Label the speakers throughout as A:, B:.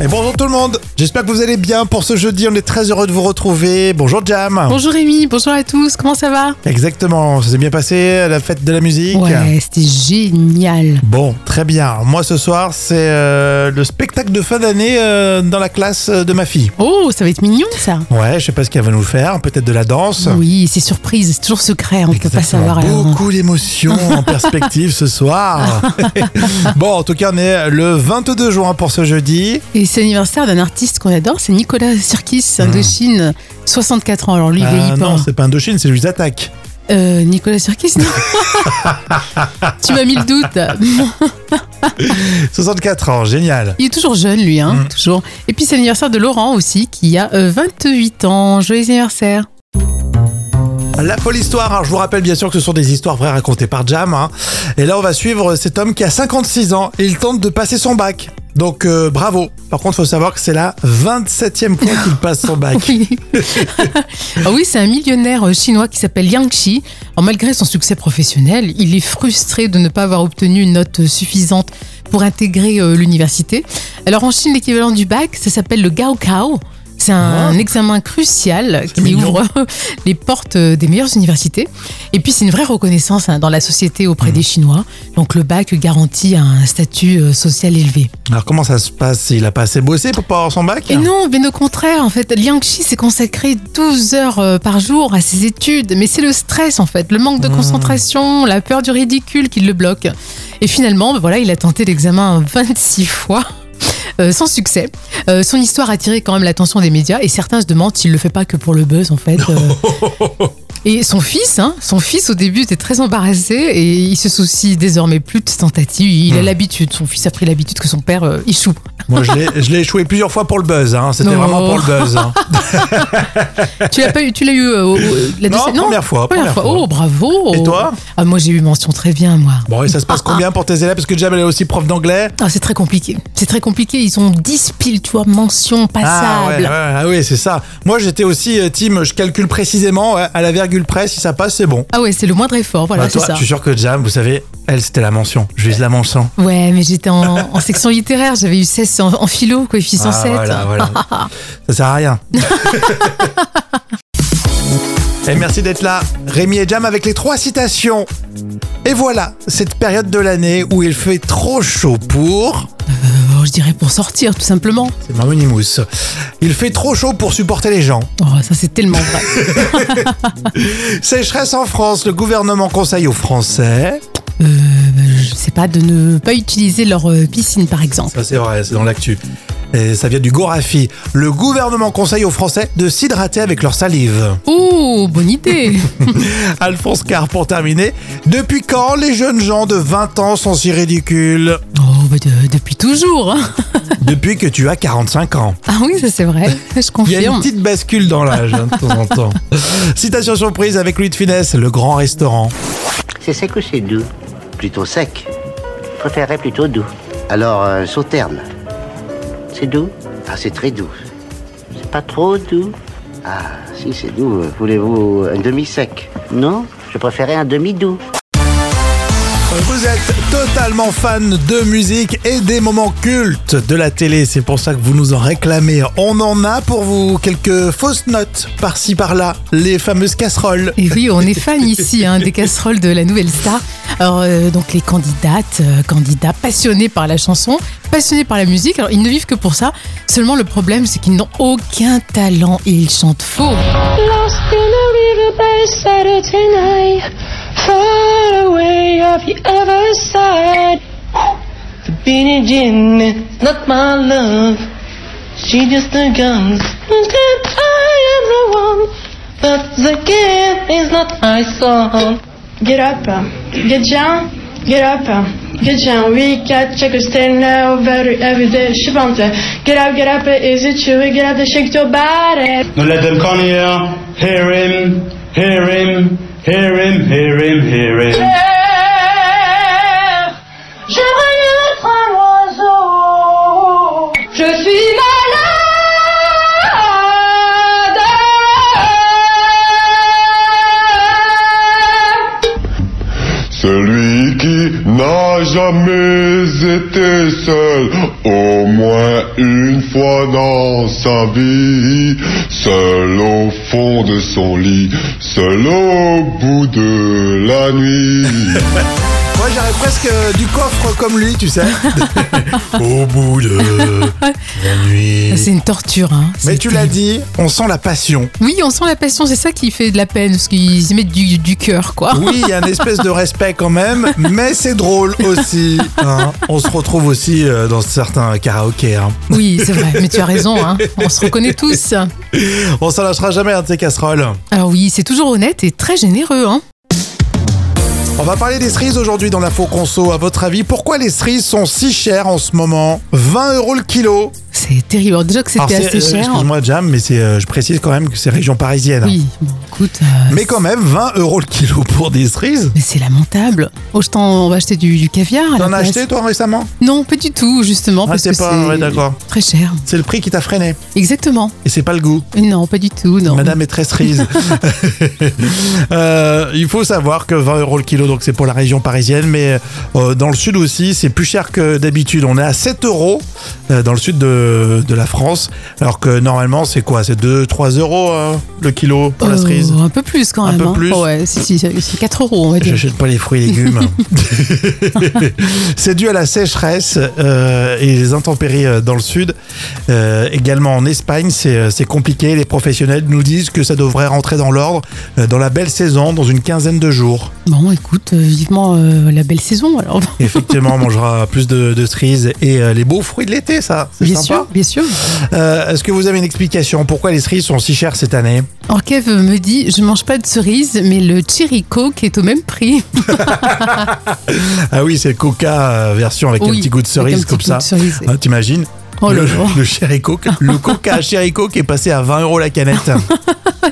A: Et bonjour tout le monde, j'espère que vous allez bien pour ce jeudi, on est très heureux de vous retrouver. Bonjour Jam
B: Bonjour Rémi, bonjour à tous, comment ça va
A: Exactement, ça s'est bien passé, la fête de la musique
B: Ouais, c'était génial.
A: Bon, très bien. Moi ce soir, c'est euh, le spectacle de fin d'année euh, dans la classe euh, de ma fille.
B: Oh, ça va être mignon ça.
A: Ouais, je sais pas ce qu'elle va nous faire, peut-être de la danse.
B: Oui, c'est surprise, c'est toujours secret, on ne peut pas
A: Exactement.
B: savoir à l'avance.
A: Beaucoup d'émotions en perspective ce soir. bon, en tout cas, on est le 22 juin pour ce jeudi.
B: Et c'est l'anniversaire d'un artiste qu'on adore, c'est Nicolas Sirkis, Indochine, 64 ans. Alors lui, il
A: Euh,
B: vieillit
A: Ah.
B: pas. hein.
A: non, c'est pas Indochine, c'est Louise Attaque.
B: Euh, Nicolas Sirkis, non Tu m'as mis le doute.
A: 64 ans, génial.
B: Il est toujours jeune lui, hein,
A: Mm.
B: toujours. Et puis c'est l'anniversaire de Laurent aussi, qui a euh, 28 ans. Joyeux anniversaire.
A: La folle histoire, alors je vous rappelle bien sûr que ce sont des histoires vraies racontées par Jam. hein. Et là, on va suivre cet homme qui a 56 ans et il tente de passer son bac. Donc euh, bravo. Par contre, faut savoir que c'est la 27e fois qu'il passe son bac.
B: Oui. ah oui, c'est un millionnaire euh, chinois qui s'appelle Yang Qi. Alors, malgré son succès professionnel, il est frustré de ne pas avoir obtenu une note euh, suffisante pour intégrer euh, l'université. Alors en Chine, l'équivalent du bac, ça s'appelle le Gaokao. C'est un examen crucial qui
A: mignon.
B: ouvre les portes euh, des meilleures universités. Et puis, c'est une vraie reconnaissance hein, dans la société auprès des Chinois. Donc, le bac garantit un statut euh, social élevé.
A: Alors comment ça se passe Il a pas assez bossé pour pas avoir son bac
B: Et non, bien au contraire, en fait, Liang Qi s'est consacré 12 heures euh, par jour à ses études, mais c'est le stress en fait, le manque de concentration, la peur du ridicule qui le bloque. Et finalement, ben voilà, il a tenté l'examen 26 fois. euh, sans succès. Euh, son histoire a attiré quand même l'attention des médias et certains se demandent s'il le fait pas que pour le buzz en fait. euh. Et son fils, hein, son fils au début était très embarrassé et il se soucie désormais plus de ses tentatives. Il a
A: Mm.
B: l'habitude, son fils a pris l'habitude que son père euh, échoue.
A: Moi, je l'ai- je l'ai échoué plusieurs fois pour le buzz. hein. C'était
B: Non.
A: vraiment pour le buzz. hein.
B: Tu l'as pas eu, tu l'as eu euh, au- au- la
A: Non,
B: deuxième-
A: première fois.
B: Première fois. Oh, bravo.
A: Et toi
B: Ah, moi, j'ai eu mention très bien, moi.
A: Bon, et ça se passe combien pour tes élèves Parce que Jam, elle est aussi prof d'anglais.
B: Ah, c'est très compliqué. C'est très compliqué. Ils ont 10 piles, tu vois, mention
A: Ah, ouais,
B: passable.
A: ouais, ah oui, c'est ça. Moi, j'étais aussi euh, team, je calcule précisément ouais, à la virgule près. Si ça passe, c'est bon.
B: Ah ouais, c'est le moindre effort, voilà,
A: Bah,
B: c'est
A: toi,
B: ça.
A: je suis sûr que Jam, vous savez, elle, c'était la mention. Je vise la mention.
B: Ouais, mais j'étais en, en section littéraire, j'avais eu 16 en, en philo, coefficient
A: Ah,
B: 7.
A: voilà, voilà. ça sert à rien. et merci d'être là, Rémi et Jam, avec les trois citations. Et voilà, cette période de l'année où il fait trop chaud pour...
B: Euh, je dirais pour sortir, tout simplement.
A: C'est Mamonimous. Il fait trop chaud pour supporter les gens.
B: Oh, ça, c'est tellement vrai.
A: Sécheresse en France, le gouvernement conseille aux Français.
B: Euh, je sais pas, de ne pas utiliser leur euh, piscine, par exemple.
A: Ça c'est vrai, c'est dans l'actu. Et ça vient du Gorafi. Le gouvernement conseille aux Français de s'hydrater avec leur salive.
B: Oh, bonne idée.
A: Alphonse Carr pour terminer. Depuis quand les jeunes gens de 20 ans sont si ridicules
B: oh, bah, de- depuis toujours. hein.
A: Depuis que tu as 45 ans.
B: Ah oui, ça c'est vrai,
A: Il y
B: je
A: a
B: confirme.
A: une petite bascule dans l'âge hein, de temps en temps. Citation surprise avec Louis de Finesse, le grand restaurant.
C: C'est sec ou c'est doux
D: plutôt sec. Je préférerais plutôt doux. Alors, euh, sauterne. C'est doux Ah, c'est très doux. C'est pas trop doux Ah, si, c'est doux. Voulez-vous un demi-sec Non Je préférais un demi-doux.
A: Vous êtes totalement fan de musique et des moments cultes de la télé, c'est pour ça que vous nous en réclamez. On en a pour vous quelques fausses notes par-ci par-là, les fameuses casseroles.
B: Et oui, on est fan ici hein, des casseroles de la nouvelle star. Alors, euh, donc les candidates, euh, candidats passionnés par la chanson, passionnés par la musique, alors ils ne vivent que pour ça. Seulement le problème, c'est qu'ils n'ont aucun talent et ils chantent faux.
E: Lost in a riverbed Saturday night, far away off the other side. The Billie Jean, is not my love, she just a gun. That I am the one, but the kid is not my song. Get up, um, get down, get up. um, Get down, we got checkers stand now, very every day. She wants to get up, get up, is it true? Get up and shake your body.
F: Don't let them come here. Hear him, hear him, hear him, hear him, hear him.
E: J'aimerais être un oiseau. Je suis malade.
G: Celui qui n'a jamais été seul, au moins. moins une fois dans sa vie, seul au fond de son lit, seul au bout de la nuit.
A: Moi, j'aurais presque euh, du coffre comme lui, tu sais. Au bout de la nuit.
B: C'est une torture. Hein.
A: Mais
B: C'est
A: tu l'as
B: terrible.
A: dit, on sent la passion.
B: Oui, on sent la passion, c'est ça qui fait de la peine, parce qu'ils y mettent du, du cœur, quoi.
A: Oui, il y a une espèce de respect quand même, mais c'est drôle aussi. hein. On se retrouve aussi euh, dans certains karaokés. hein.
B: Oui, c'est vrai, mais tu as raison, hein. on se reconnaît tous.
A: On s'en lâchera jamais un de ces casseroles.
B: Alors oui, c'est toujours honnête et très généreux. Hein.
A: On va parler des cerises aujourd'hui dans l'info conso. À votre avis, pourquoi les cerises sont si chères en ce moment 20 euros le kilo.
B: C'est terrible. Alors, déjà que
A: Alors,
B: c'était
A: c'est-
B: assez
A: euh,
B: cher.
A: Excuse-moi, Jam, mais c'est, euh, je précise quand même que c'est région parisienne. hein.
B: oui, bon, écoute, euh,
A: Mais quand même, 20 euros le kilo pour des cerises.
B: mais c'est lamentable. Oh, je t'en- on va acheter du, du caviar. à Ah, la
A: T'en as
B: place.
A: acheté toi récemment
B: Non, pas du tout, justement,
A: Ah,
B: parce
A: c'est
B: que
A: pas- ouais,
B: c'est
A: d'accord.
B: très cher.
A: C'est le prix qui t'a freiné.
B: Exactement. Euh,
A: Et c'est pas le goût.
B: Non, pas du tout, non.
A: Madame est très cerise. Euh, il faut savoir que 20 euros le kilo, donc c'est pour la région parisienne, mais euh, dans le sud aussi, c'est plus cher que d'habitude. On est à 7 euros euh, dans le sud de, de la France, alors que normalement, c'est quoi C'est 2-3 euros hein, le kilo pour la
B: Euh,
A: cerise
B: un peu plus quand
A: Un
B: même.
A: peu
B: hein.
A: plus.
B: Ouais, si, si, c'est 4 euros, on va dire.
A: J'achète pas les fruits et légumes. c'est dû à la sécheresse euh, et les intempéries euh, dans le sud. Euh, également en Espagne, c'est euh, c'est compliqué. Les professionnels nous disent que ça devrait rentrer dans l'ordre euh, dans la belle saison, dans une quinzaine de jours.
B: Bon, écoute, euh, vivement euh, la belle saison, alors.
A: Effectivement, on mangera plus de, de cerises et euh, les beaux fruits de l'été, ça. C'est
B: Bien
A: sympa.
B: sûr, bien sûr.
A: Euh, Est-ce que vous avez une explication pourquoi les cerises sont si chères cette année
B: Alors Kev me dit, je mange pas de cerises, mais le chirico qui est au même prix.
A: Ah oui, c'est Coca euh, version avec un
B: Oui,
A: petit goût de
B: avec un
A: cerise
B: petit
A: comme
B: goût
A: ça.
B: de cerise.
A: Ah, T'imagines
B: Oh là
A: le,
B: là.
A: le Cherry Coke, le coca à Cherry Coke est passé à 20 euros la canette.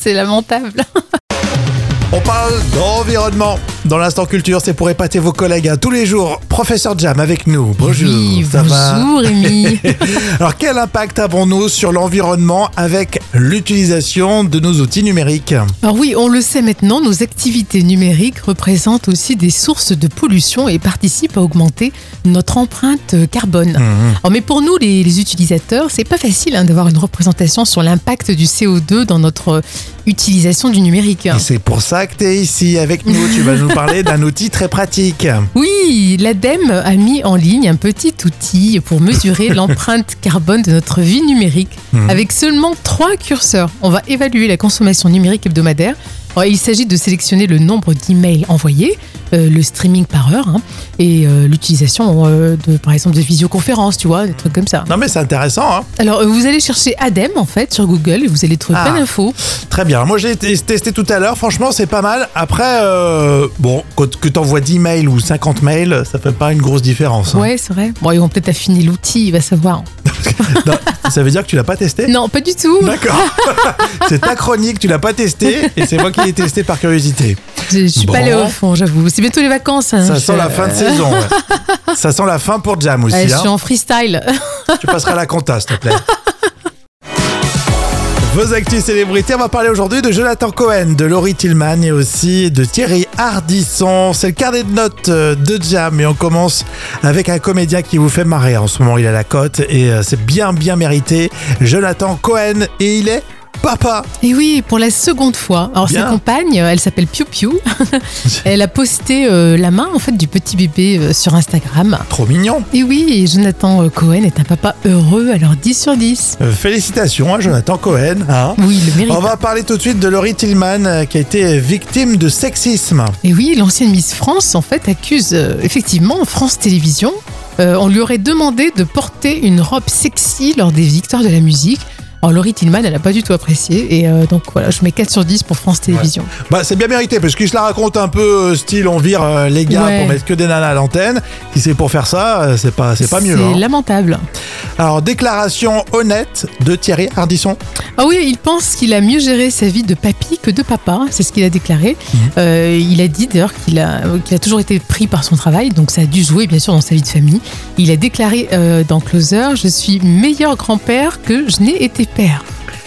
B: c'est lamentable.
A: On parle d'environnement. Dans l'instant culture, c'est pour épater vos collègues hein. tous les jours. Professeur Jam avec nous. Bonjour.
B: Oui,
A: ça va
B: bonjour Rémi.
A: Alors quel impact avons-nous sur l'environnement avec l'utilisation de nos outils numériques
B: Alors oui, on le sait maintenant, nos activités numériques représentent aussi des sources de pollution et participent à augmenter notre empreinte carbone.
A: Mhm.
B: Alors, mais pour nous, les, les utilisateurs, c'est pas facile hein, d'avoir une représentation sur l'impact du CO2 dans notre euh, utilisation du numérique.
A: Et c'est pour ça que tu es ici avec nous. Tu vas nous parler d'un outil très pratique.
B: Oui, l'ADEME a mis en ligne un petit outil pour mesurer l'empreinte carbone de notre vie numérique.
A: Mhm.
B: Avec seulement trois curseurs, on va évaluer la consommation numérique hebdomadaire. Alors, il s'agit de sélectionner le nombre d'emails envoyés, euh, le streaming par heure hein, et euh, l'utilisation euh, de, par exemple, de visioconférences, tu vois, des trucs comme ça.
A: Non mais c'est intéressant. hein.
B: Alors, euh, vous allez chercher ADEME en fait sur Google et vous allez trouver
A: Ah.
B: plein d'infos.
A: Très bien. Moi, j'ai t- testé tout à l'heure. Franchement, c'est pas mal. Après, euh, bon, quand- que t'envoies 10 mails ou 50 mails, ça fait pas une grosse différence. hein.
B: Ouais, c'est vrai. Bon, ils vont peut-être affiner l'outil, il va savoir.
A: Non, ça veut dire que tu l'as pas testé
B: Non, pas du tout.
A: D'accord. c'est ta chronique, tu l'as pas testé et c'est moi qui l'ai testé par curiosité.
B: Je, je suis pas
A: Bon.
B: allée au fond, j'avoue. C'est bientôt les vacances. hein.
A: Ça
B: Je-
A: sent la fin de saison. ouais. Ça sent la fin pour Jam aussi.
B: Ouais, Euh, je
A: hein.
B: suis en freestyle.
A: Tu passeras la compta, s'il te plaît. Vos actus célébrités, on va parler aujourd'hui de Jonathan Cohen, de Laurie Tillman et aussi de Thierry Hardisson. C'est le carnet de notes euh, de Jam et on commence avec un comédien qui vous fait marrer. En ce moment, il a la cote et euh, c'est bien bien mérité. Jonathan Cohen et il est papa.
B: Et oui, pour la seconde fois. Alors
A: Bien.
B: sa compagne, euh, elle s'appelle Piu Piu. elle a posté euh, la main en fait du petit bébé euh, sur Instagram.
A: Trop mignon.
B: Et oui, et Jonathan euh, Cohen est un papa heureux, alors 10 sur 10.
A: Euh, Félicitations à Jonathan Cohen. hein.
B: Oui, il le mérite.
A: On va parler tout de suite de Laurie Tillman euh, qui a été victime de sexisme.
B: Et oui, l'ancienne Miss France en fait accuse euh, effectivement France Télévisions. Euh, on lui aurait demandé de porter une robe sexy lors des victoires de la musique. Alors Laurie Tillman, elle n'a pas du tout apprécié. Et euh, donc voilà, je mets 4 sur 10 pour France Télévisions.
A: Bah, c'est bien mérité parce qu'il se la raconte un peu euh, style on vire euh, les gars
B: Ouais.
A: pour mettre que des nanas à l'antenne. Si c'est pour faire ça, euh, c'est pas, c'est pas mieux. hein.
B: C'est lamentable.
A: Alors, déclaration honnête de Thierry Hardisson.
B: Ah oui, il pense qu'il a mieux géré sa vie de papy que de papa, c'est ce qu'il a déclaré.
A: Mhm.
B: Euh, il a dit d'ailleurs qu'il a, qu'il a toujours été pris par son travail, donc ça a dû jouer bien sûr dans sa vie de famille. Il a déclaré euh, dans Closer, je suis meilleur grand-père que je n'ai été père.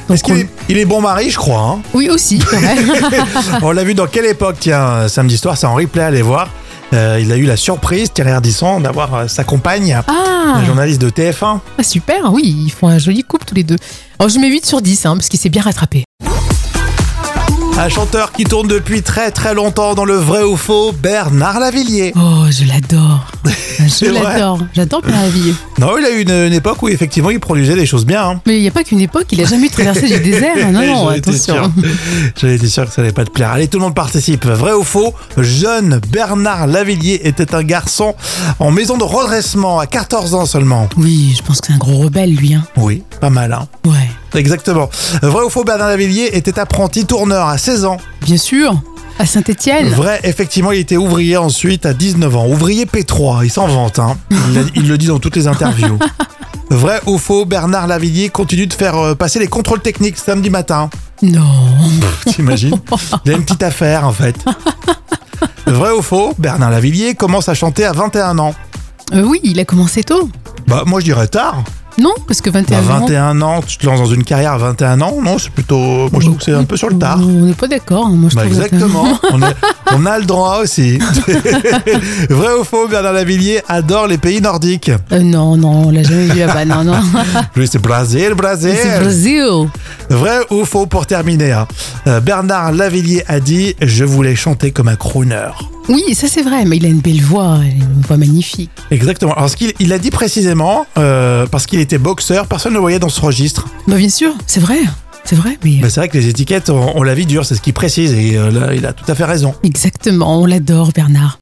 B: Donc
A: Est-ce qu'il
B: on-
A: est, il est bon mari, je crois. hein
B: Oui aussi, quand même.
A: on l'a vu dans quelle époque Tiens, euh, samedi soir, c'est en replay, allez voir. Euh, il a eu la surprise, Thierry Ardisson, d'avoir euh, sa compagne,
B: Ah,
A: la journaliste de TF1.
B: ah, super, oui, ils font un joli couple tous les deux. Alors je mets 8 sur 10, hein, parce qu'il s'est bien rattrapé.
A: Un chanteur qui tourne depuis très très longtemps dans le vrai ou faux, Bernard Lavillier.
B: Oh, je l'adore. Je
A: C'est vrai.
B: l'adore. J'adore Pierre Lavillier.
A: Non, il a eu une, une époque où effectivement il produisait des choses bien. hein.
B: Mais il n'y a pas qu'une époque, il a jamais traversé des déserts. Ah, Non, non,
A: J'en étais
B: attention.
A: sûr. J'en étais sûr que ça n'allait pas te plaire. Allez, tout le monde participe. Vrai ou faux Jeune Bernard Lavillier était un garçon en maison de redressement à 14 ans seulement.
B: Oui, je pense que c'est un gros rebelle, lui. Hein.
A: Oui, pas mal, hein
B: Ouais.
A: Exactement. Vrai ou faux, Bernard Lavillier était apprenti tourneur à 16 ans.
B: Bien sûr, à Saint-Étienne.
A: Vrai, effectivement, il était ouvrier ensuite à 19 ans. Ouvrier P3, il s'en vante. Hein. Il, l'a- il le dit dans toutes les interviews. Vrai ou faux, Bernard Lavillier continue de faire euh, passer les contrôles techniques samedi matin.
B: Non.
A: T'imagines Il a une petite affaire en fait. Vrai ou faux, Bernard Lavillier commence à chanter à 21 ans.
B: Euh, oui, il a commencé tôt.
A: Bah moi je dirais tard. Bah,
B: Non, parce que 21
A: À
B: ans.
A: 21 ans, tu te lances dans une carrière à 21 ans, non C'est plutôt... Moi je trouve que c'est un peu sur le tard.
B: On n'est pas d'accord. hein, Moi, je
A: Bah
B: trouve que-
A: exactement, on, est- on a le droit aussi. Vrai ou faux, Bernard Lavillier adore les pays nordiques.
B: Euh, non, non, on l'a jamais vu là-bas. Non, non.
A: Oui, c'est Brésil, Brésil.
B: c'est Brésil.
A: Vrai ou faux pour terminer hein. Euh, Bernard Lavillier a dit « Je voulais chanter comme un crooner ».
B: Oui, ça c'est vrai, mais il a une belle voix, une voix magnifique.
A: Exactement. Alors, ce qu'il il a dit précisément, euh, parce qu'il était boxeur, personne ne le voyait dans ce registre.
B: Bah bien sûr, c'est vrai, c'est vrai, mais
A: Mais c'est vrai que les étiquettes ont, ont la vie dure, c'est ce qu'il précise, et euh, là, il a tout à fait raison.
B: exactement, on l'adore Bernard.